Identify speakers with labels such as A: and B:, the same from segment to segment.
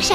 A: 什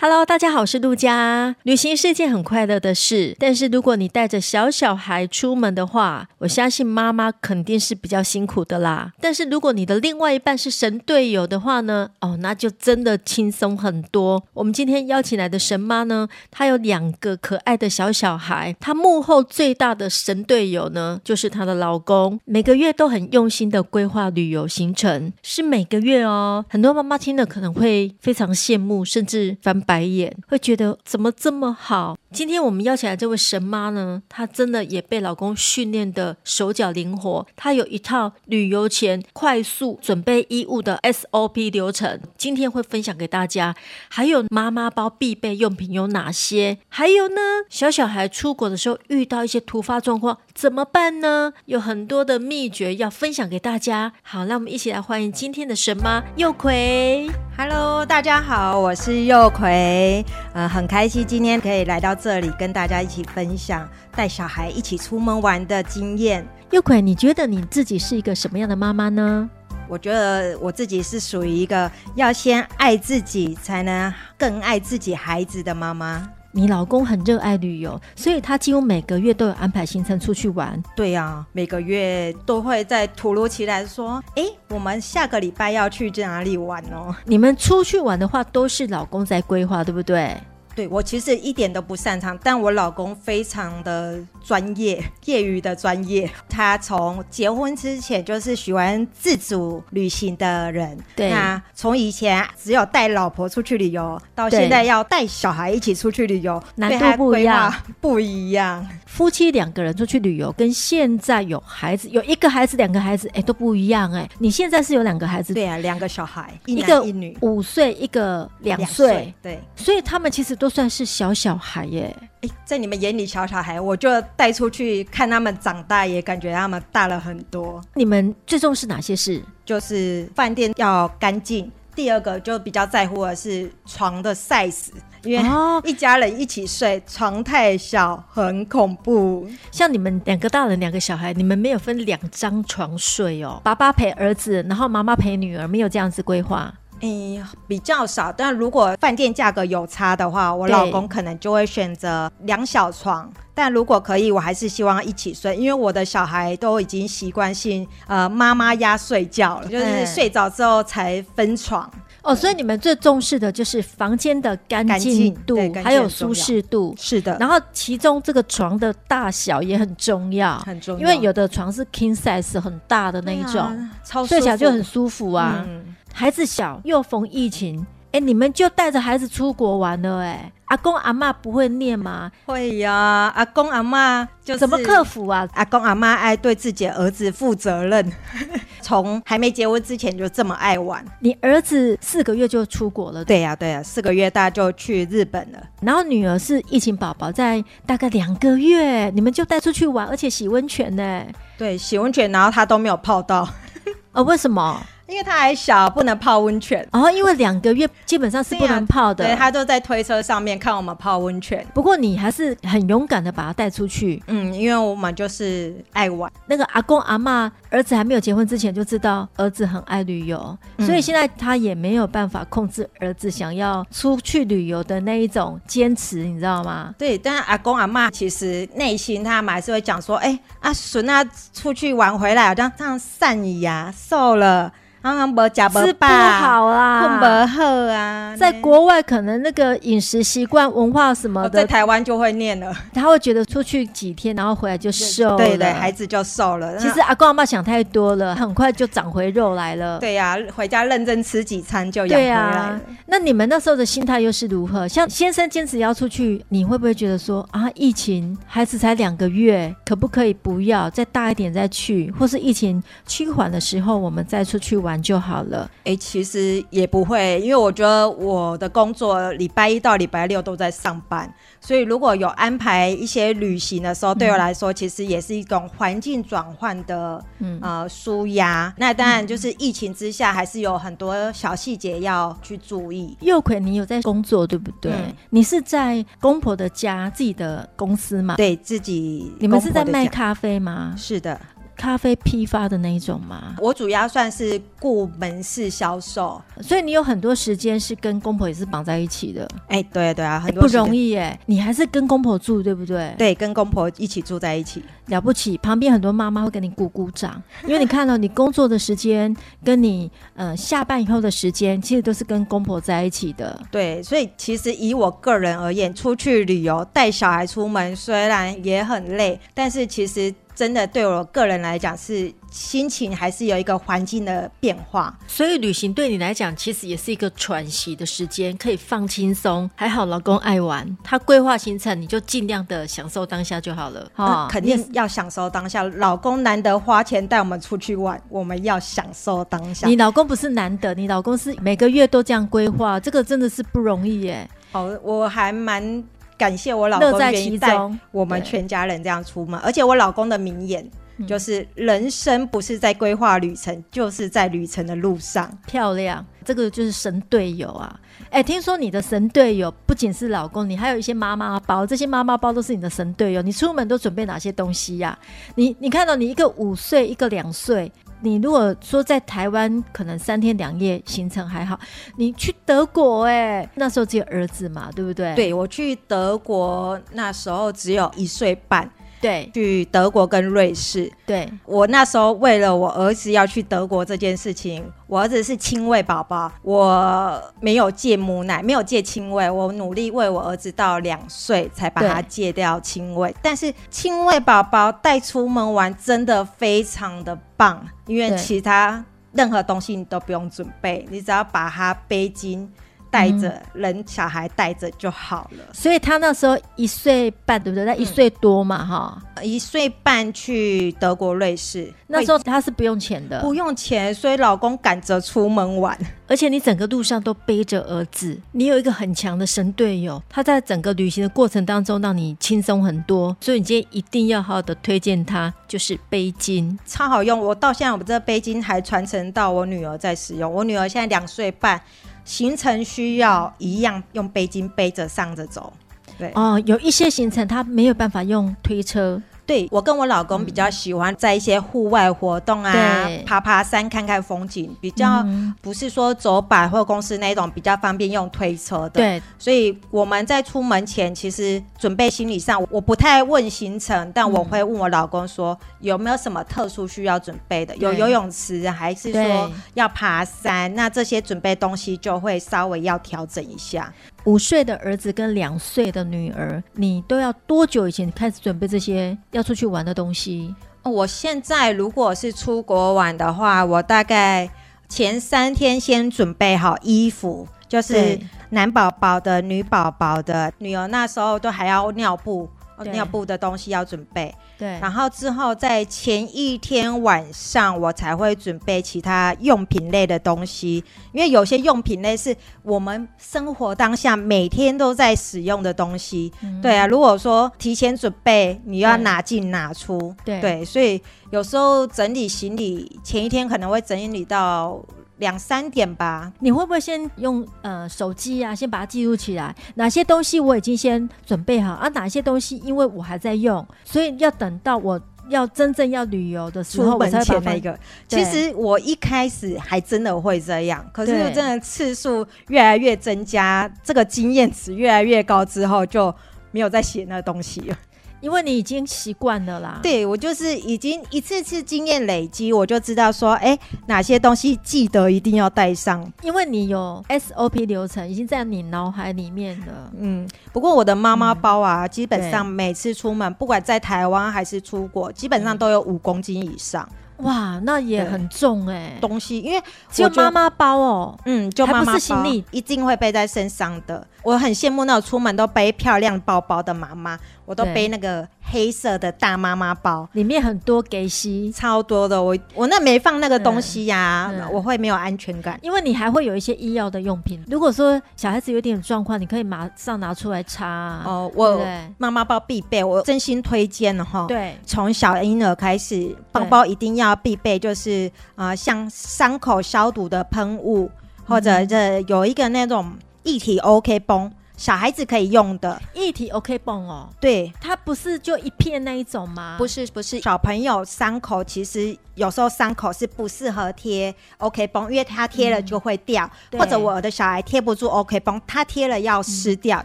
B: Hello，大家好，我是陆佳。旅行是件很快乐的事，但是如果你带着小小孩出门的话，我相信妈妈肯定是比较辛苦的啦。但是如果你的另外一半是神队友的话呢，哦，那就真的轻松很多。我们今天邀请来的神妈呢，她有两个可爱的小小孩，她幕后最大的神队友呢，就是她的老公，每个月都很用心的规划旅游行程，是每个月哦。很多妈妈听了可能会非常羡慕，甚至翻白眼，会觉得怎么这么好。今天我们邀请来这位神妈呢，她真的也被老公训练的手脚灵活，她有一套旅游前快速准备衣物的 SOP 流程，今天会分享给大家。还有妈妈包必备用品有哪些？还有呢，小小孩出国的时候遇到一些突发状况怎么办呢？有很多的秘诀要分享给大家。好，让我们一起来欢迎今天的神妈佑葵。
C: Hello，大家好，我是佑葵，呃，很开心今天可以来到这里，跟大家一起分享带小孩一起出门玩的经验。
B: 佑葵，你觉得你自己是一个什么样的妈妈呢？
C: 我觉得我自己是属于一个要先爱自己，才能更爱自己孩子的妈妈。
B: 你老公很热爱旅游，所以他几乎每个月都有安排行程出去玩。
C: 对啊，每个月都会在突如其来说，诶，我们下个礼拜要去哪里玩哦。
B: 你们出去玩的话，都是老公在规划，对不对？
C: 对我其实一点都不擅长，但我老公非常的专业，业余的专业。他从结婚之前就是喜欢自主旅行的人，
B: 对
C: 那从以前只有带老婆出去旅游，到
B: 对
C: 现在要带小孩一起出去旅游，
B: 难
C: 对
B: 度
C: 他
B: 不
C: 规
B: 一样
C: 划不一样。
B: 夫妻两个人出去旅游，跟现在有孩子，有一个孩子、两个孩子，哎、都不一样哎、你现在是有两个孩子，
C: 对啊，两个小孩，一
B: 一个
C: 男一女，
B: 五岁，一个两岁，，
C: 对。
B: 所以他们其实都算是小小孩耶、
C: 诶在你们眼里小小孩，我就带出去看他们长大，也感觉他们大了很多。
B: 你们最重视哪些事？
C: 就是饭店要干净。第二个就比较在乎的是床的 size，因为
B: 哦，
C: 一家人一起睡，床太小很恐怖。
B: 像你们两个大人、两个小孩，你们没有分两张床睡哦，爸爸陪儿子，然后妈妈陪女儿，没有这样子规划。
C: 嗯，比较少。但如果饭店价格有差的话，我
B: 对
C: 老公可能就会选择两小床。但如果可以，我还是希望一起睡，因为我的小孩都已经习惯性呃妈妈压睡觉了，就是
B: 嗯
C: 睡着之后才分床。
B: 哦，所以你们最重视的就是房间的干
C: 干
B: 净
C: 净
B: 度
C: 对干，净
B: 还有
C: 很
B: 舒
C: 重要
B: 适度，
C: 是的，
B: 然后其中这个床的大小也很重要，
C: 很重要，
B: 因为有的床是 king size 很大的那一
C: 对
B: 种，
C: 啊超
B: 睡起来
C: 舒服
B: 就很舒服啊。
C: 嗯
B: 孩子小又逢疫情，哎，你们就带着孩子出国玩了哎。阿公阿妈不会念吗？
C: 会呀、阿公阿妈就是
B: 怎么克服啊？
C: 阿公阿妈爱对自己的儿子负责任， 从还没结婚之前就这么爱玩。
B: 你儿子四个月就出国了，
C: 对呀、对呀、四个月大就去日本了。
B: 然后女儿是疫情宝宝，在大概两个月，你们就带出去玩，而且洗温泉呢。
C: 对，洗温泉，然后他都没有泡到，
B: 哦，为什么？
C: 因为他还小，不能泡温泉。
B: 哦，因为两个月基本上是不能泡的。
C: 对他都在推车上面看我们泡温泉。
B: 不过你还是很勇敢的把他带出去。
C: 嗯，因为我们就是爱玩，
B: 那个阿公阿妈，儿子还没有结婚之前就知道儿子很爱旅游，
C: 嗯
B: 所以现在他也没有办法控制儿子想要出去旅游的那一种坚持，你知道吗？
C: 对，但阿公阿妈其实内心他们还是会讲说，哎、阿孙啊出去玩回来，好像这样善意呀、瘦了，然后没吃
B: 吃
C: 没
B: 不
C: 饱，
B: 好
C: 困
B: 啦。
C: 不好啊，
B: 在
C: 呢
B: 国外可能那个饮食习惯、文化什么
C: 哦在
B: 的，
C: 台湾就会念了，
B: 他会觉得出去几天，然后回来就瘦了。
C: 对对，孩子就瘦了。
B: 其实阿公阿妈想太多了，很快就长回肉来了。
C: 那对呀、回家认真吃几餐
B: 呃
C: 就养回
B: 啊
C: 来了。
B: 那你们那时候的心态又是如何？像先生坚持要出去，你会不会觉得说啊，疫情孩子才两个月，可不可以不要再大一点再去，或是疫情趋缓的时候我们再出去玩就好了？
C: 哎、其实也不会，因为我觉得我的工作礼拜一到礼拜六都在上班，所以如果有
B: 嗯
C: 安排一些旅行的时候，对我来说其实也是一种环境转换的嗯呃舒压。那当
B: 嗯
C: 然就是疫情之下，还是有很多小细节要去注意。
B: 佑奎，你有在工作对不对？
C: 嗯
B: 你是在公婆的家自己的公司吗？
C: 对自己，
B: 你们是在卖？咖啡吗？
C: 是的，
B: 咖啡批发的那一种吗？
C: 我主要算是顾门市销售。
B: 所以你有很多时间是跟公婆也是绑在一起的，
C: 哎，对对啊，很多
B: 不
C: 时间
B: 容。易耶。你还是跟公婆住对不对？
C: 对，跟公婆一起住在一起。
B: 了不起，旁边很多妈妈会给你鼓鼓 掌，因为你看到、哦你工作的时间跟你呃下班以后的时间，其实都是跟公婆在一起的。
C: 对，所以其实以我个人而言，出去旅游带小孩出门虽然也很累，但是其实真的对我个人来讲是心情还是有一个环境的变化。
B: 所以旅行对你来讲，其实也是一个喘息的时间，可以放轻松。还好老公爱玩，他规划行程，你就尽量的享受当下就好了。
C: 啊、
B: 哦
C: 肯定要享受当下。老公难得花钱带我们出去玩，我们要享受当下
B: 你。老公不是难得，你老公是每个月都这样规划，这个真的是不容易耶，
C: 哦，我还蛮感谢我老
B: 乐
C: 公
B: 在
C: 愿
B: 其
C: 意带
B: 中。
C: 我们全家人这样出门，而且我老公的名言。
B: 嗯
C: 就是人生不是在规划旅程，就是在旅程的路上。
B: 漂亮，这个就是神队友啊！哎，听说你的神队友不仅是老公，你还有一些妈妈包，这些妈妈包都是你的神队友。你出门都准备哪些东西呀、你你看到你一个五岁，一个两岁。你如果说在台湾可能三天两夜行程还好，你去德国哎、那时候只有儿子嘛，对不对？
C: 对我去德国那时候只有一岁半，
B: 对
C: 去德国跟瑞士。
B: 对，
C: 我那时候为了我儿子要去德国这件事情，我儿子是亲喂宝宝，我没有戒母奶，没有戒亲喂，我努力喂我儿子到两岁才把他
B: 对
C: 戒掉亲喂。但是亲喂宝宝带出门玩真的非常的棒，因为
B: 对
C: 其他任何东西你都不用准备，你只要把他背巾带着，
B: 嗯
C: 人小孩带着就好了。
B: 所以他那时候一岁半，对不对？那一岁多嘛，哈、
C: 呃一岁半去德国瑞士，
B: 那时候他是不用钱的，
C: 不用钱，所以老公赶着出门玩。
B: 而且你整个路上都背着儿子，你有一个很强的神队友，他在整个旅行的过程当中让你轻松很多，所以你今天一定要好好的推荐他，就是背巾。
C: 超好用，我到现在我这背巾还传承到我女儿在使用。我女儿现在两岁半，行程需要一样用背巾背着上着走。对，
B: 哦，有一些行程他没有办法用推车，
C: 对我跟我老公比较喜欢在一些户外活动啊
B: 对，嗯
C: 爬爬山、看看风景，比较不是说走百货公司那种比较方便用推车的。
B: 对，
C: 所以我们在出门前，其实准备心理上，我不太问行程，但我会问我老公说、有没有什么特殊需要准备的，有
B: 对
C: 游泳池还是
B: 对
C: 说要爬山，那这些准备东西就会稍微要调整一下。
B: 五岁的儿子跟两岁的女儿，你都要多久以前开始准备这些要出去玩的东西？
C: 哦我现在如果是出国玩的话，我大概前三天先准备好衣服，就是
B: 对
C: 男宝宝的、女宝宝的，女儿那时候都还要尿布，哦
B: 对
C: 尿布的东西要准备。
B: 对，
C: 然后之后在前一天晚上，我才会准备其他用品类的东西，因为有些用品类是我们生活当下每天都在使用的东西。
B: 嗯
C: 对啊，如果说提前准备，你要
B: 对
C: 拿进拿出。
B: 对
C: 所以有时候整理行李前一天可能会整理到两三点吧。
B: 你会不会先用呃手机啊，先把它记录起来？哪些东西我已经先准备好啊？哪些东西因为我还在用，所以要等到我要真正要旅游的时候，
C: 出
B: 我
C: 门
B: 才会把它
C: 前那
B: 放
C: 一。个，
B: 对
C: 其实我一开始还真的会这样，可是
B: 对
C: 真的次数越来越增加，这个经验值越来越高之后，就没有再写那东西了。
B: 因为你已经习惯了啦。，
C: 对我就是已经一次次经验累积，我就知道说，哎、哪些东西记得一定要带上。
B: 因为你有 SOP 流程已经在你脑海里面了。
C: 嗯，不过我的妈妈包啊，基本
B: 对
C: 上每次出门，不管在台湾还是出国，基本上都有五公斤以上
B: 哇，那也
C: 对
B: 很重哎、
C: 东西，因为
B: 只有
C: 我觉
B: 妈
C: 得
B: 妈包哦。
C: 嗯，就
B: 还不
C: 妈妈
B: 是行李
C: 包一定会背在身上的。我很羡慕那种出门都背漂亮包包的妈妈，我都
B: 对
C: 背那个黑色的大妈妈包。
B: 里面很多给息，
C: 超多的，我我那没放那个东西呀、
B: 嗯嗯
C: 我会没有安全感。
B: 因为你还会有一些医药的用品。如果说小孩子有点状况，你可以马上拿出来擦啊。
C: 哦，
B: 对不
C: 我
B: 对
C: 妈妈包必备，我真心推荐的哈。，
B: 对
C: 从小婴儿开始，包包一定要必备，就是呃，像伤口消毒的喷雾，或者
B: 嗯
C: 这有一个那种一体 OK 绷，小孩子可以用的。
B: 一体 OK 泵哦，
C: 对，
B: 它不是就一片那一种吗？
C: 不是不是，小朋友伤口其实有时候伤口是不适合贴 OK 绷，因为他贴了就会掉，
B: 嗯对
C: 或者我的小孩贴不住 OK 绷，他贴了要湿掉、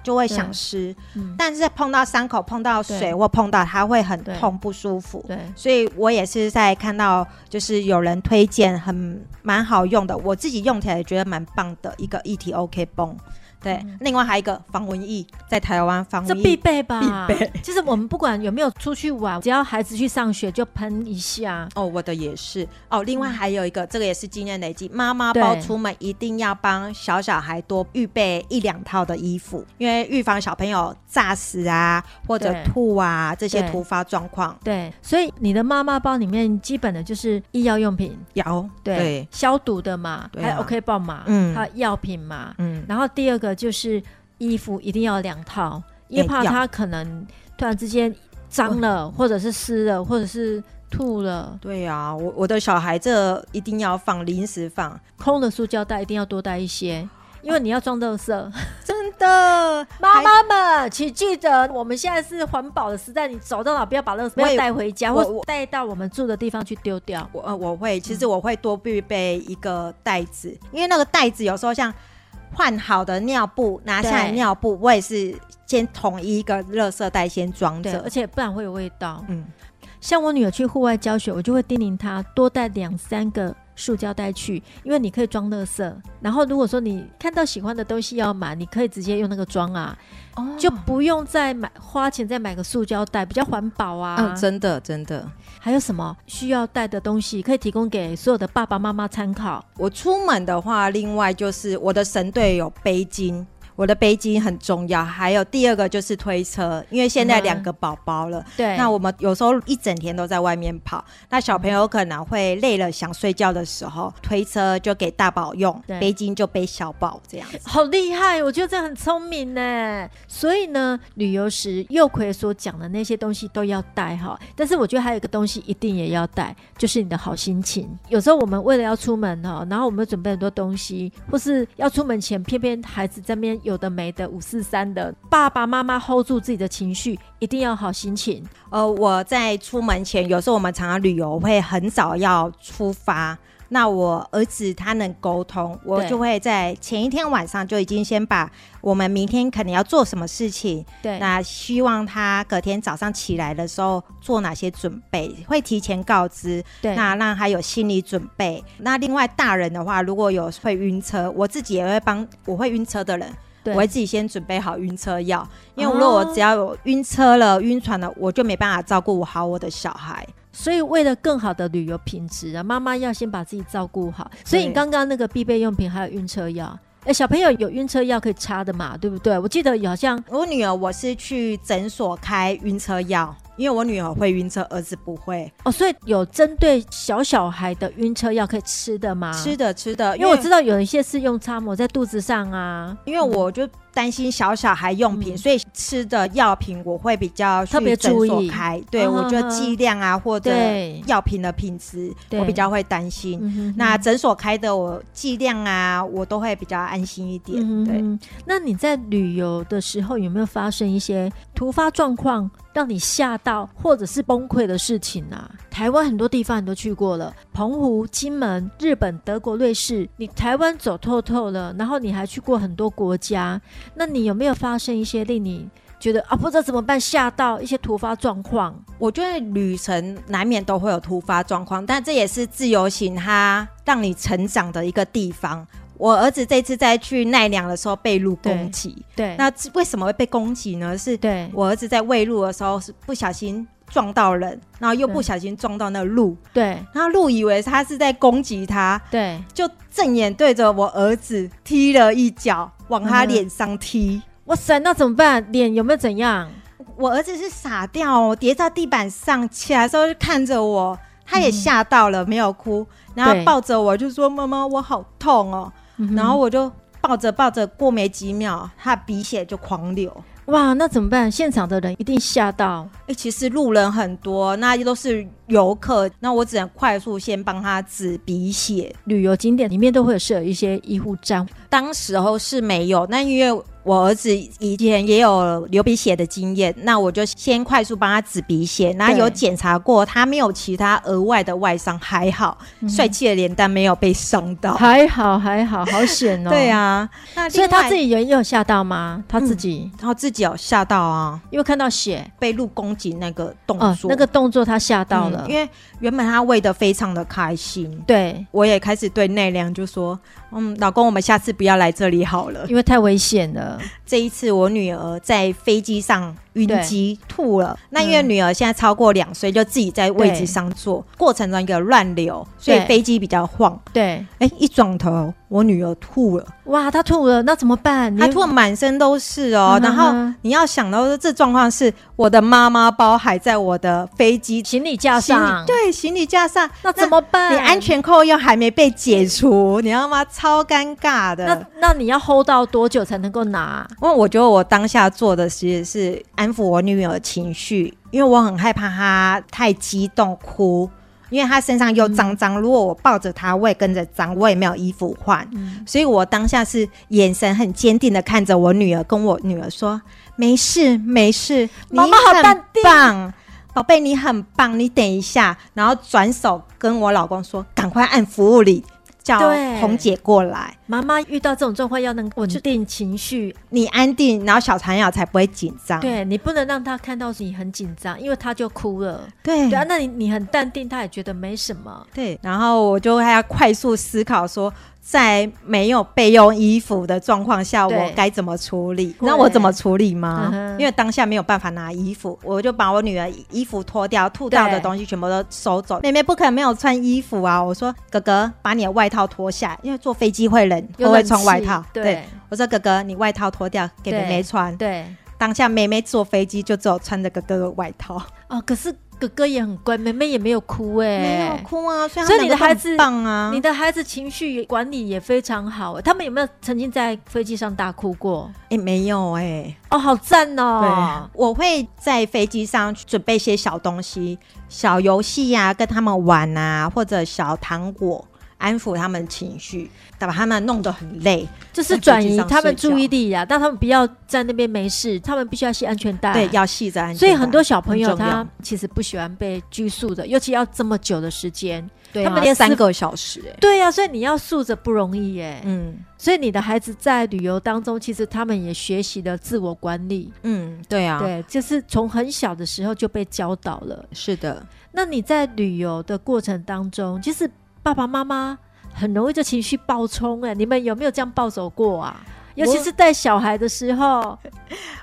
C: 就会想湿，
B: 嗯，
C: 但是碰到伤口、碰到水
B: 对
C: 或碰到它会很
B: 对
C: 痛不舒服。
B: 对，
C: 所以我也是在看到，就是有人推荐很蛮好用的，我自己用起来也觉得蛮棒的一个一体 OK 绷。对，另外还有一个防蚊液，在台湾防
B: 嗯这
C: 蚊
B: 必
C: 液
B: 备吧？
C: 必备。
B: 就是我们不管有没有出去玩，只要孩子去上学就喷一下。
C: 哦，我的也是哦。另外还有一个，这个也是经验累积，妈妈包
B: 嗯对
C: 出门一定要帮小小孩多预备一两套的衣服，因为预防小朋友炸死啊或者
B: 对
C: 吐啊这些
B: 对
C: 突发状况。
B: 对，所以你的妈妈包里面基本的就是医药用品，
C: 有
B: 对，消毒的嘛，
C: 对啊
B: 还有 OK 泵嘛，
C: 嗯
B: 还有药品嘛，
C: 嗯，
B: 然后第二个就是衣服一定要两套，因为
C: 哎
B: 怕
C: 要
B: 它可能突然之间脏了，或者是湿了，或者是吐了。
C: 对啊，我我的小孩这一定要放，临时放，
B: 空的塑胶袋一定要多带一些。因为你要装垃 圾，
C: 真的。
B: 妈妈们，请记得，我们现在是环保的时代，你走到哪不要把垃圾不
C: 我
B: 要
C: 也
B: 带回家，
C: 我
B: 或
C: 我
B: 带到我们住的地方去丢掉。
C: 我呃我会，其实我会多预备一个袋子，因为那个袋子有时候像换好的尿布拿下来
B: 对
C: 尿布，我也是先统一一个垃圾袋先装
B: 对，而
C: 着。
B: 且不然会有味道。
C: 嗯，
B: 像我女儿去户外教学，我就会叮咛她多带两三个塑胶袋去，因为你可以装垃圾。然后如果说你看到喜欢的东西要买，你可以直接用那个装啊，
C: 哦
B: 就不用再买花钱再买个塑胶袋，比较环保啊。
C: 嗯，真的真的，
B: 还有什么需要带的东西，可以提供给所有的爸爸妈妈参考。
C: 我出门的话，另外就是我的神队有背巾。我的背巾很重要，还有第二个就是推车，因为现在
B: 嗯
C: 两个宝宝了，
B: 对，
C: 那我们有时候一整天都在外面跑，那小朋友可能会累了想睡觉的时候，推车就给大宝用
B: 对，
C: 背巾就背小宝这样子。
B: 好厉害，我觉得这很聪明呢。所以呢，旅游时右葵所讲的那些东西都要带哈，但是我觉得还有一个东西一定也要带，就是你的好心情。有时候我们为了要出门哈，然后我们准备很多东西，或是要出门前，偏偏孩子这边有的没的五四三的，爸爸妈妈 hold 住自己的情绪，一定要好心情。
C: 呃，我在出门前，有时候我们常常旅游会很早要出发。那我儿子他能沟通，我
B: 对
C: 就会在前一天晚上就已经先把我们明天可能要做什么事情，
B: 对，
C: 那希望他隔天早上起来的时候做哪些准备，会提前告知。
B: 对，
C: 那让他有心理准备。那另外大人的话，如果有会晕车，我自己也会帮，我会晕车的人，
B: 对
C: 我会自己先准备好晕车药，因为
B: 哦
C: 如果我只要有晕车了、晕船了，我就没办法照顾好我的小孩。
B: 所以，为了更好的旅游品质啊，妈妈要先把自己照顾好。所以，你刚刚那个必备用品还有晕车药，哎，小朋友有晕车药可以擦的嘛，对不对？我记得好像
C: 我女儿我是去诊所开晕车药，因为我女儿会晕车，儿子不会。
B: 哦，所以有针对小小孩的晕车药可以吃的吗？
C: 吃，的吃的，
B: 啊因为我知道有一些是用擦抹在肚子上啊，
C: 因为我就担心小小孩用品，
B: 嗯
C: 所以吃的药品我会比较去
B: 特别
C: 诊
B: 注
C: 所
B: 意
C: 开。对，
B: 嗯哼
C: 我觉得
B: 哼
C: 剂量啊或者
B: 对
C: 药品的品质，
B: 对
C: 我比较会担心。
B: 嗯哼
C: 那诊所开的我剂量啊，我都会比较安心一点。
B: 嗯
C: 对，
B: 哼，那你在旅游的时候有没有发生一些突发状况，让你吓到或者是崩溃的事情啊？台湾很多地方你都去过了，澎湖、金门、日本、德国、瑞士，你台湾走透透了，然后你还去过很多国家，那你有没有发生一些令你觉得啊不知道怎么办吓到一些突发状况？
C: 我觉得旅程难免都会有突发状况，但这也是自由行它让你成长的一个地方。我儿子这次在去奈良的时候被鹿
B: 对
C: 攻击，
B: 对
C: 那为什么会被攻击呢？是
B: 对
C: 我儿子在喂鹿的时候是不小心撞到人，然后又
B: 对
C: 不小心撞到那个鹿，
B: 对
C: 然后鹿以为他是在攻击他，
B: 对，
C: 就正眼对着我儿子踢了一脚，往他
B: 嗯哼
C: 脸上踢。
B: 哇塞，那怎么办？脸有没有怎样？
C: 我儿子是傻掉哦，跌到地板上，起来的时候就看着我，他也吓到了，没有哭，然后
B: 对
C: 抱着我就说：“妈妈，我好痛哦。
B: 嗯哼
C: 然后我就抱着抱着，过没几秒，他鼻血就狂流。
B: 哇，那怎么办？现场的人一定吓到。
C: 哎、其实路人很多，那都是游客，那我只能快速先帮他止鼻血。
B: 旅游景点里面都会有设有一些医护站，
C: 当时候是没有，那因为我儿子以前也有流鼻血的经验，那我就先快速帮他止鼻血，然后
B: 对
C: 有检查过，他没有其他额外的外伤，还好，
B: 嗯
C: 帅气的脸蛋没有被伤到。
B: 还好还好，好险哦。
C: 对，啊，那
B: 哦所以他自
C: 己
B: 己也有吓到吗？他自己、
C: 他自己有吓到啊，
B: 因为看到血
C: 被鹿攻击那个嗯动
B: 哦、
C: 作，
B: 那个动作他吓到
C: 嗯
B: 了。
C: 因为原本他喂的非常的开心。
B: 对，
C: 我也开始对奈良就说：“嗯，老公，我们下次不要来这里好了。
B: 因为太危险了。”
C: 这一次我女儿在飞机上晕机吐了，那因为
B: 嗯
C: 女儿现在超过两岁，就自己在位置上坐，过程中一个乱流，所
B: 对
C: 以飞机比较晃。
B: 对，
C: 哎、一转头，我女儿吐了，
B: 哇，他吐了，那怎么办？
C: 她
B: 你
C: 吐得满身都是哦。
B: 嗯
C: 然
B: 嗯
C: 后
B: 嗯
C: 你要想到说这状况是我的妈妈包还在我的飞机
B: 行李架
C: 行李
B: 上，，
C: 对，行李架上，
B: 那怎么办？
C: 你安。全扣又还没被解除，你知道吗？超尴尬的。
B: 那那你要 hold 到多久才能够拿？
C: 因为我觉得我当下做的其实是安抚我女儿情绪，因为我很害怕她太激动哭，因为她身上又脏
B: 嗯
C: 脏，如果我抱着她，我也跟着脏，我也没有衣服换，
B: 嗯
C: 所以我当下是眼神很坚定的看着我女儿，跟我女儿说：“没事，没事，你
B: 妈妈好淡
C: 很棒。”宝贝，你很棒，你等一下，然后转手跟我老公说，赶快按服务铃，叫
B: 对
C: 红姐过来。
B: 妈妈遇到这种状况要能稳定情绪，
C: 你安定，然后小唐鸟才不会紧张。
B: 对你不能让她看到你很紧张，因为她就哭了。
C: 对
B: 对啊，那你你很淡定，她也觉得没什么。
C: 对，然后我就还要快速思考说，在没有备用衣服的状况下，
B: 对
C: 我该怎么处理？
B: 对
C: 那我怎么处理吗
B: 嗯？哼
C: 因为当下没有办法拿衣服，我就把我女儿衣服脱掉，吐掉
B: 对
C: 的东西全部都收走。妹妹不可能没有穿衣服啊！我说哥哥，把你的外套脱下，因为坐飞机会冷，
B: 有
C: 都会
B: 冷
C: 穿外
B: 气
C: 套。
B: 对
C: 我说哥哥，你外套脱掉给
B: 对
C: 妹妹穿。
B: 对
C: 当下妹妹坐飞机就只有穿着哥哥的外套，
B: 哦，可是哥哥也很乖，妹妹也没有哭哎、
C: 没有哭啊，所以
B: 所
C: 她
B: 以你的
C: 能力
B: 孩
C: 很
B: 子
C: 棒啊，
B: 你的孩子情绪管理也非常好、欸他们有没有曾经在飞机上大哭过？
C: 哎、没有哎、
B: 哦，好赞哦！
C: 对，我会在飞机上准备一些小东西、小游戏呀、跟他们玩啊，或者小糖果，安抚他们情绪，把他们弄得很累。
B: 就是转
C: 在飞机
B: 移
C: 上
B: 他们
C: 睡觉
B: 注意力呀、但他们不要在那边没事，他们必须要系安全带。啊
C: 对，要系着安
B: 哎
C: 全带。
B: 所以很多小朋友
C: 很重要
B: 他其实不喜欢被拘束的，尤其要这么久的时间。
C: 对、
B: 他们
C: 他们
B: 连
C: 连
B: 四
C: 三个小时、哎
B: 对呀、所以你要竖着不容易耶。
C: 嗯
B: 所以你的孩子在旅游当中，其实他们也学习了自我管理，
C: 嗯，对啊，
B: 对，就是从很小的时候就被教导了。
C: 是的，
B: 那你在旅游的过程当中，其实爸爸妈妈很容易就情绪爆冲哎、你们有没有这样暴走过啊？尤其是带小孩的时候，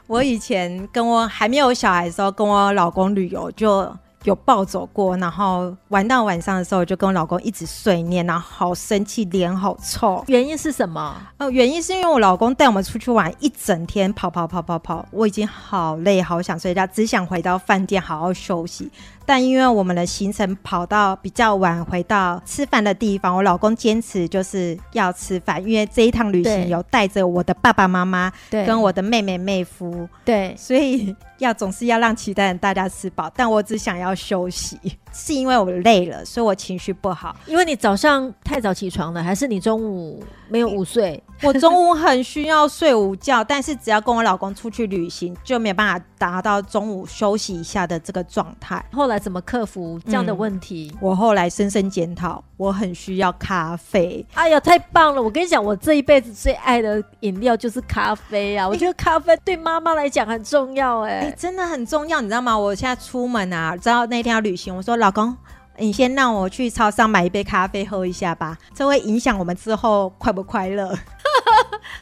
C: 我以前跟我还没有小孩的时候，跟我老公旅游就有暴走过，然后玩到晚上的时候，就跟我老公一直碎念，然后好生气，脸好臭。
B: 原因是什么？
C: 哦，原因是因为我老公带我们出去玩一整天，跑跑跑跑跑，我已经好累，好想睡觉，只想回到饭店好好休息。但因为我们的行程跑到比较晚，回到吃饭的地方，我老公坚持就是要吃饭，因为这一趟旅
B: 对
C: 行有带着我的爸爸妈妈
B: 对
C: 跟我的妹妹妹夫，
B: 对
C: 所以要总是要让其他人大家吃饱，但我只想要休息， 是因为我累了，所以我情绪不好。
B: 因为你早上太早起床了，还是你中午没有午睡？
C: 我中午很需要睡午觉，但是只要跟我老公出去旅行，就没有办法达到中午休息一下的这个状态。
B: 后来怎么克服这样
C: 嗯
B: 的问题？
C: 我后来深深检讨，我很需要咖啡。
B: 哎呀，太棒了！我跟你讲，我这一辈子最爱的饮料就是咖啡啊！我觉得咖啡对妈妈来讲很重要哎、
C: 哎、真的很重要，你知道吗？我现在出门啊，知道那天要旅行，我说老公，你先让我去超商买一杯咖啡喝一下吧，这会影响我们之后快不快乐。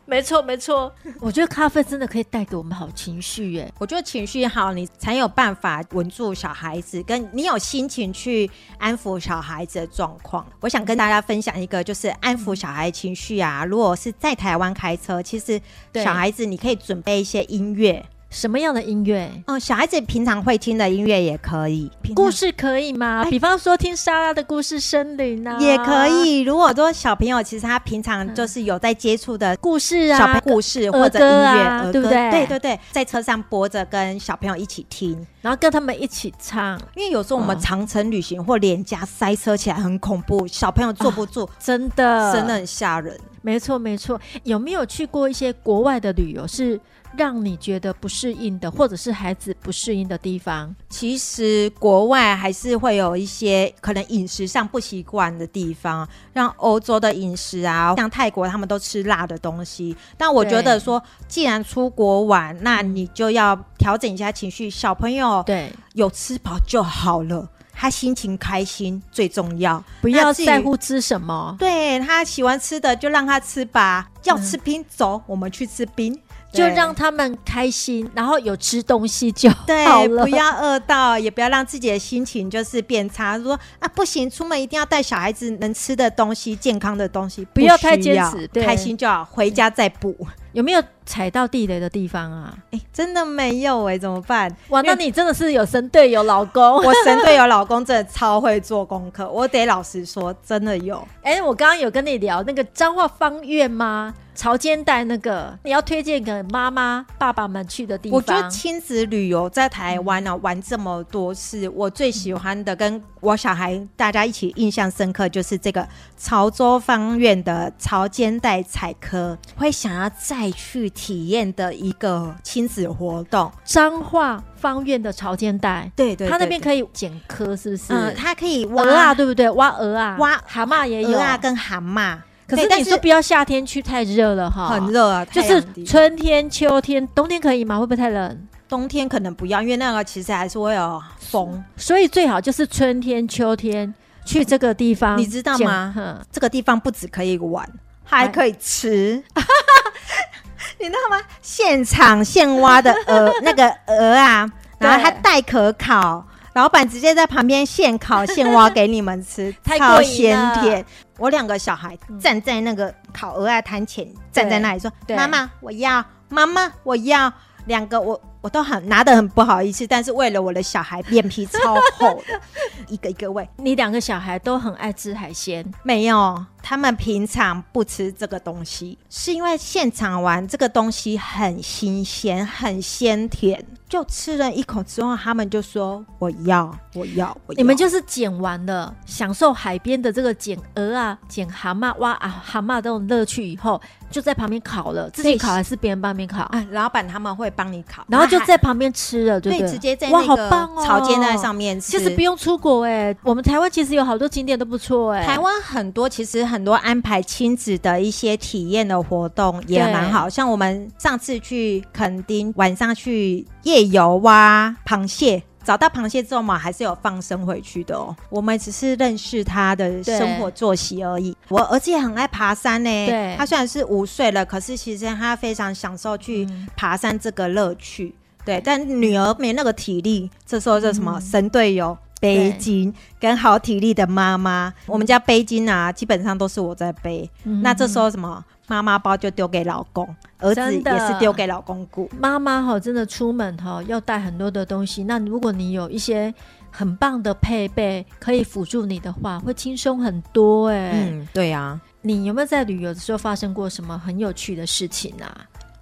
B: 没错没错， 我觉得咖啡真的可以带给我们好情绪耶。
C: 我觉得情绪好，你才有办法稳住小孩子，跟你有心情去安抚小孩子的状况。我想跟大家分享一个，就是安抚小孩情
B: 嗯
C: 绪啊。如果是在台湾开车，其实
B: 对
C: 小孩子你可以准备一些音乐，
B: 什么样的音乐？
C: 哦，小孩子平常会听的音乐也可以，平常
B: 故事可以吗？比方说听莎拉的故事《森林》啊，
C: 也可。以。如果说小朋友其实他平常就是有在接触的
B: 故事
C: 小朋
B: 啊
C: 友，故事
B: 歌
C: 或者音乐，
B: 儿歌啊
C: 儿歌
B: 对不对
C: 对对对，在车上播着跟小朋友一起听。
B: 然后跟他们一起唱，
C: 因为有时候我们
B: 嗯
C: 长程旅行或连家塞车起来很恐怖，小朋友坐不住，
B: 真的，
C: 真的很吓人。
B: 没错没错。有没有去过一些国外的旅游是让你觉得不适应的，或者是孩子不适应的地方？
C: 其实国外还是会有一些可能饮食上不习惯的地方，像欧洲的饮食啊，像泰国他们都吃辣的东西。但我觉
B: 对嗯
C: 得说，既然出国玩，那你就要调整一下情绪，小朋友
B: 对，
C: 有吃饱就好了。他心情开心最重要，
B: 不要
C: 那至于
B: 在乎吃什么，
C: 对他喜欢吃的就让他吃吧，要吃冰、走，我们去吃冰，
B: 就
C: 对
B: 让他们开心，然后有吃东西就好
C: 对，
B: 了。
C: 不要饿到，也不要让自己的心情就是变差。说啊，不行，出门一定要带小孩子能吃的东西、健康的东西，
B: 不要
C: 需
B: 太坚持对
C: 开心就好，回家再补。
B: 有没有踩到地雷的地方啊？
C: 哎、真的没有哎、怎么办？
B: 哇，
C: 因为
B: 那你真的是有神队友老公。
C: 我神队友老公真的超会做功课，我得老实说，真的有。
B: 哎、我刚刚有跟你聊那个彰化芳苑吗？潮间带那个，你要推荐给妈妈、爸爸们去的地方。
C: 我觉得亲子旅游在台湾呢、玩这么多次，我最喜欢的跟我小孩大家一起印象深刻，就是这个潮州方院的潮间带采科，会想要再去体验的一个亲子活动。
B: 彰化芳苑的潮间带，
C: 对对
B: 它那边
C: 以，
B: 可以捡科，是不是？
C: 嗯，它可以
B: 鹅啊，
C: 挖
B: 对不对？挖鹅啊，
C: 挖
B: 蛤蟆也有
C: 鹅啊跟蛤蟆，
B: 可是
C: 对但
B: 你说不要夏天去，太热了哈。
C: 很。热啊，
B: 就
C: 太阳
B: 是
C: 底
B: 春天、秋天、冬天可以吗？会不会太冷？
C: 冬天可能不要，因为那个其实还是会有风。
B: 所以最好就是春天、秋天去这个地方，
C: 你知道吗
B: 捡？哼
C: 这个地方不止可以玩，还可以吃。 你知道吗？现场现挖的鹅，那个鹅啊，然后它
B: 对，
C: 带壳烤，老板直接在旁边现烤现挖给你们 吃
B: 太过
C: 超
B: 瘾
C: 鲜
B: 了
C: 甜。我两个小孩站在那个烤鹅啊摊前，站在那里说：“
B: 对
C: 妈妈，我要，妈妈，我要。”两个我我都很拿的很不好意思，但是为了我的小孩，脸皮超厚 的，一个一个喂。
B: 你两个小孩都很爱吃海鲜，
C: 没有，他们平常不吃这个东西，是因为现场玩这个东西很新鲜、很鲜甜，就吃了一口之后，他们就说我要，我要，我要。
B: 你们就是捡完了，享受海边的这个捡鹅啊、捡蛤蟆、挖啊蛤蟆这种乐趣以后，就在旁边烤了，自己烤还是别人帮你烤？
C: 啊，老板他们会帮你烤，
B: 然后就
C: 那还
B: 在旁边吃了，对不
C: 对
B: 对？
C: 直接在
B: 哇，好
C: 那个
B: 棒哦！
C: 草间带上面
B: 其
C: 吃。
B: 实不用出国哎、我们台湾其实有好多景点都不错哎、
C: 台湾很多其实很多安排亲子的一些体验的活动也
B: 对
C: 蛮好，像我们上次去垦丁晚上去夜游挖螃蟹。找到螃蟹之后嘛，还是有放生回去的哦。我们只是认识它的
B: 对
C: 生活作息而已。我儿子也很爱爬山呢、
B: 对
C: 他虽然是五岁了，可是其实他非常享受去
B: 嗯
C: 爬山这个乐趣。对，但女儿没那个体力，这时候就什么、神队友
B: 嗯对
C: 北京跟好体力的妈妈，我们家背巾啊，基本上都是我在背。
B: 嗯
C: 那这时候什么妈妈包就丢给老公，儿子
B: 真的
C: 也是丢给老公顾。
B: 妈妈哈，真的出门哈要带很多的东西。那如果你有一些很棒的配备可以辅助你的话，会轻松很多哎、
C: 嗯，对啊，
B: 你有没有在旅游的时候发生过什么很有趣的事情啊？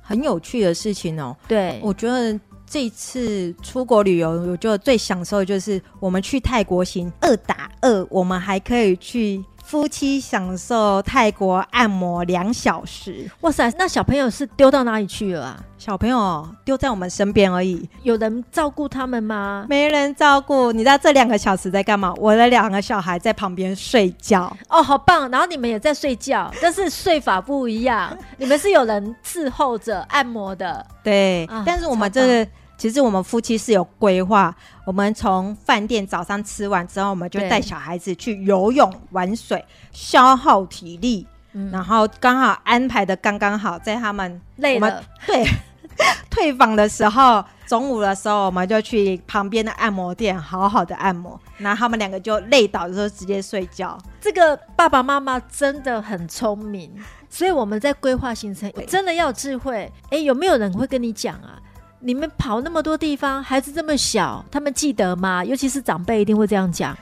C: 很有趣的事情哦。
B: 对，
C: 我觉得这一次出国旅游，我觉得最享受的就是我们去泰国行二打二，我们还可以去夫妻享受泰国按摩两小时，
B: 哇塞，那小朋友是丢到哪里去了啊？
C: 小朋友丢在我们身边而已。
B: 有人照顾他们吗？
C: 没人照顾，你知道这两个小时在干嘛？我的两个小孩在旁边睡觉，
B: 哦，好棒！然后你们也在睡觉， 但是睡法不一样，你们是有人伺候着、按摩的。
C: 对。
B: 啊
C: 但是我们这个其实我们夫妻是有规划，我们从饭店早上吃完之后，我们就
B: 对
C: 带小孩子去游泳、玩水，消耗体力，
B: 嗯
C: 然后刚好安排的刚刚好，在他们
B: 累
C: 我们
B: 了，
C: 对 退房的时候，中午的时候，我们就去旁边的按摩店好好的按摩，然后他们两个就累倒的时候直接睡觉。
B: 这个爸爸妈妈真的很聪明，所以我们在规划行程
C: 对
B: 真的要有智慧。诶，有没有人会跟你讲啊？你们跑那么多地方，孩子这么小，他们记得吗？尤其是长辈一定会这样讲。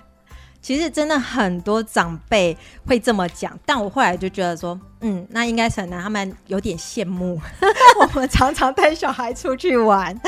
C: 其实真的很多长辈会这么讲，但我后来就觉得说，嗯，那应该是很难，他们有点羡慕我们常常带小孩出去玩。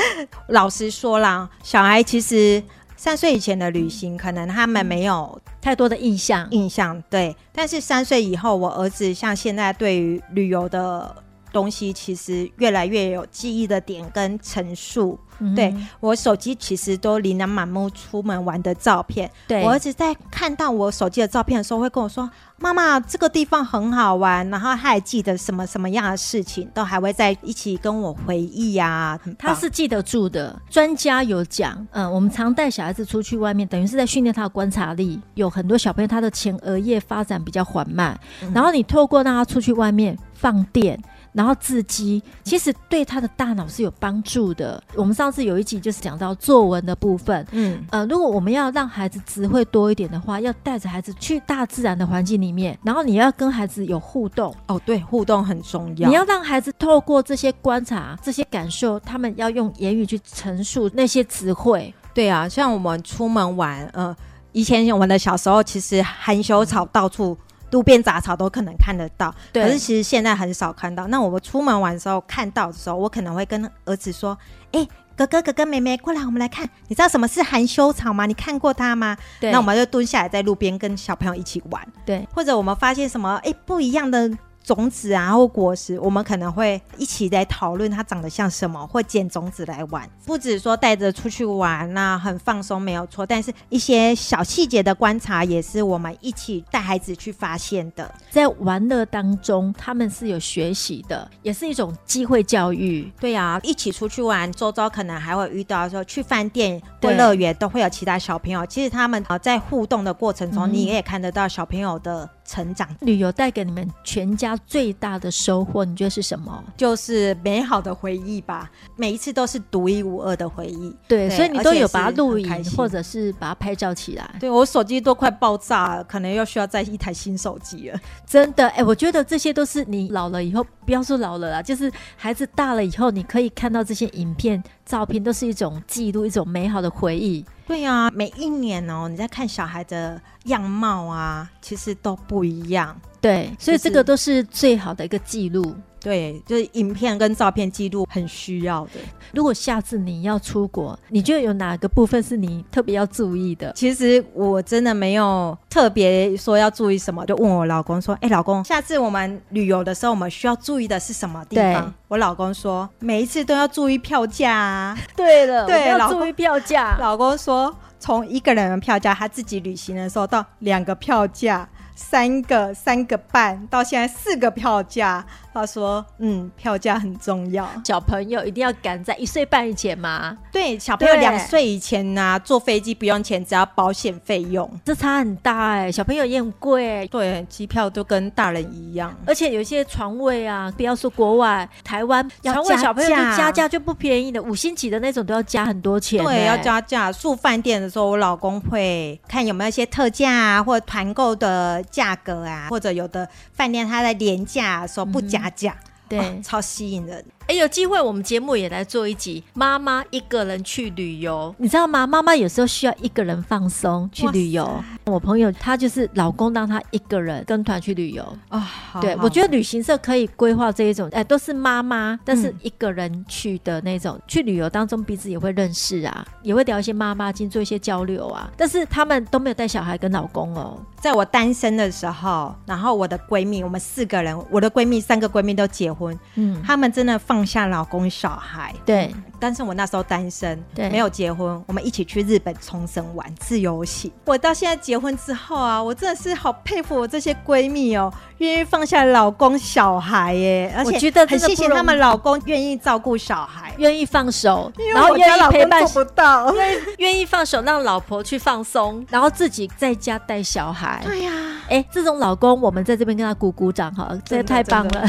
C: 老实说啦，小孩其实三岁以前的旅行，可能他们没有
B: 太多的印象，
C: 印象，对。但是三岁以后，我儿子像现在对于旅游的东西，其实越来越有记忆的点跟陈述。
B: 嗯
C: 对我手机其实都琳琅满目出门玩的照片，
B: 对，
C: 我儿子在看到我手机的照片的时候，会跟我说：“妈妈，这个地方很好玩。”然后他还记得什么什么样的事情，都还会在一起跟我回忆啊。很
B: 他
C: 棒
B: 是记得住的。专家有讲，嗯，我们常带小孩子出去外面，等于是在训练他的观察力。有很多小朋友他的前额叶发展比较缓慢，
C: 嗯
B: 然后你透过让他出去外面放电。然后自激，其实对他的大脑是有帮助的。我们上次有一集就是讲到作文的部分，
C: 嗯，
B: 呃，如果我们要让孩子词汇多一点的话，要带着孩子去大自然的环境里面，然后你要跟孩子有互动，
C: 哦，对，互动很重要。
B: 你要让孩子透过这些观察、这些感受，他们要用言语去陈述那些词汇。
C: 对啊，像我们出门玩，呃，以前我们的小时候，其实含羞草到处。路边杂草都可能看得到，
B: 对
C: 可是其实现在很少看到。那我们出门玩的时候看到的时候，我可能会跟儿子说：“哎、哥哥哥哥妹妹，过来，我们来看，你知道什么是含羞草吗？你看过它吗？”
B: 对
C: 那我们就蹲下来在路边跟小朋友一起玩，
B: 对
C: 或者我们发现什么诶不一样的种子啊或果实，我们可能会一起来讨论它长得像什么，或捡种子来玩。不只说带着出去玩那、很放松没有错，但是一些小细节的观察也是我们一起带孩子去发现的。
B: 在玩乐当中，他们是有学习的，也是一种机会教育。
C: 对啊，一起出去玩，周遭可能还会遇到说去饭店或
B: 对
C: 乐园都会有其他小朋友。其实他们啊在互动的过程中，
B: 嗯
C: 你也看得到小朋友的成长
B: 旅游带给你们全家最大的收获，你觉得是什么？
C: 就是美好的回忆吧，每一次都是独一无二的回忆。
B: 对，
C: 对
B: 所以你都有把它
C: 而且是很
B: 录
C: 开
B: 影，
C: 心
B: 或者是把它拍照起来。
C: 对我手机都快爆炸了，可能又需要再一台新手机了。
B: 真的，哎、我觉得这些都是你老了以后，不要说老了啦，就是孩子大了以后，你可以看到这些影片、照片，都是一种记录，一种美好的回忆。
C: 对啊，每一年哦，你在看小孩的样貌啊，其实都不一样。
B: 对，所以
C: 就是
B: 这个都是最好的一个记录。
C: 对，就是影片跟照片记录很需要的。
B: 如果下次你要出国，你觉得有哪个部分是你特别要注意的？
C: 其实我真的没有特别说要注意什么，就问我老公说：“哎、老公，下次我们旅游的时候，我们需要注意的是什么地
B: 对
C: 方？”我老公说：“每一次都要注意票价啊。”
B: 对了
C: 对
B: 我们要
C: 老
B: 注意票价。
C: 老公说，从一个人的票价，他自己旅行的时候到两个票价，三个、三个半，到现在四个票价。他说，嗯，票价很重要。
B: 小朋友一定要赶在一岁半以前嘛，
C: 对，小朋友
B: 对
C: 两岁以前呐、坐飞机不用钱，只要保险费用。
B: 这差很大哎、小朋友也很贵、
C: 对，机票都跟大人一样。
B: 而且有一些床位啊，不要说国外，台湾
C: 要
B: 床位
C: 加
B: 小朋友就
C: 价
B: 加价就不便宜的，五星级的那种都要加很多钱、欸
C: 对，要
B: 加。
C: 加价。住饭店的时候，我老公会看有没有一些特价啊，或者团购的价格啊，或者有的饭店它在廉价的时候不加价，
B: 对，
C: 哦超吸引人。
B: 哎、有机会我们节目也来做一集妈妈一个人去旅游，你知道吗？妈妈有时候需要一个人放松去旅游
C: 哇。
B: 我朋友她就是老公让她一个人跟团去旅游，
C: 啊、好
B: 对
C: 好
B: 我觉得旅行社可以规划这一种，哎、都是妈妈，但是
C: 嗯
B: 一个人去的那种，去旅游当中彼此也会认识啊，也会聊一些妈妈经，做一些交流啊。但是他们都没有带小孩跟老公哦，
C: 在我单身的时候，然后我的闺蜜，我们四个人，我的闺蜜三个闺蜜都结婚，
B: 嗯，
C: 她们真的放下老公小孩。
B: 对，
C: 但是我那时候单身，
B: 对
C: 没有结婚，我们一起去日本冲绳玩自由行。我到现在结婚之后啊，我真的是好佩服我这些闺蜜哦，愿意放下老公小孩耶，而且
B: 觉得真
C: 很
B: 的
C: 谢
B: 不
C: 谢
B: 容
C: 她们老公愿意照顾小孩，
B: 愿意放手，
C: 因为
B: 然后
C: 我
B: 愿
C: 家
B: 意
C: 老
B: 陪
C: 公
B: 伴
C: 做不到。
B: 愿意放手让老婆去放松，然后自己在家带小孩。
C: 对呀、
B: 哎，这种老公，我们在这边跟他鼓鼓掌哈，真的
C: 真的
B: 太棒
C: 真
B: 了。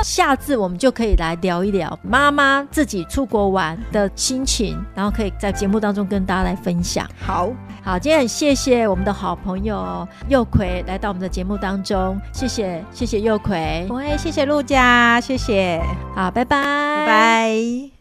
B: 下次我们就可以来聊一聊妈妈自己出国玩的心情，然后可以在节目当中跟大家来分享。
C: 好，
B: 好，今天很谢谢我们的好朋友佑奎来到我们的节目当中，谢谢谢谢佑奎，
C: 我也谢谢陆家，谢谢，
B: 好，拜拜，拜
C: 拜拜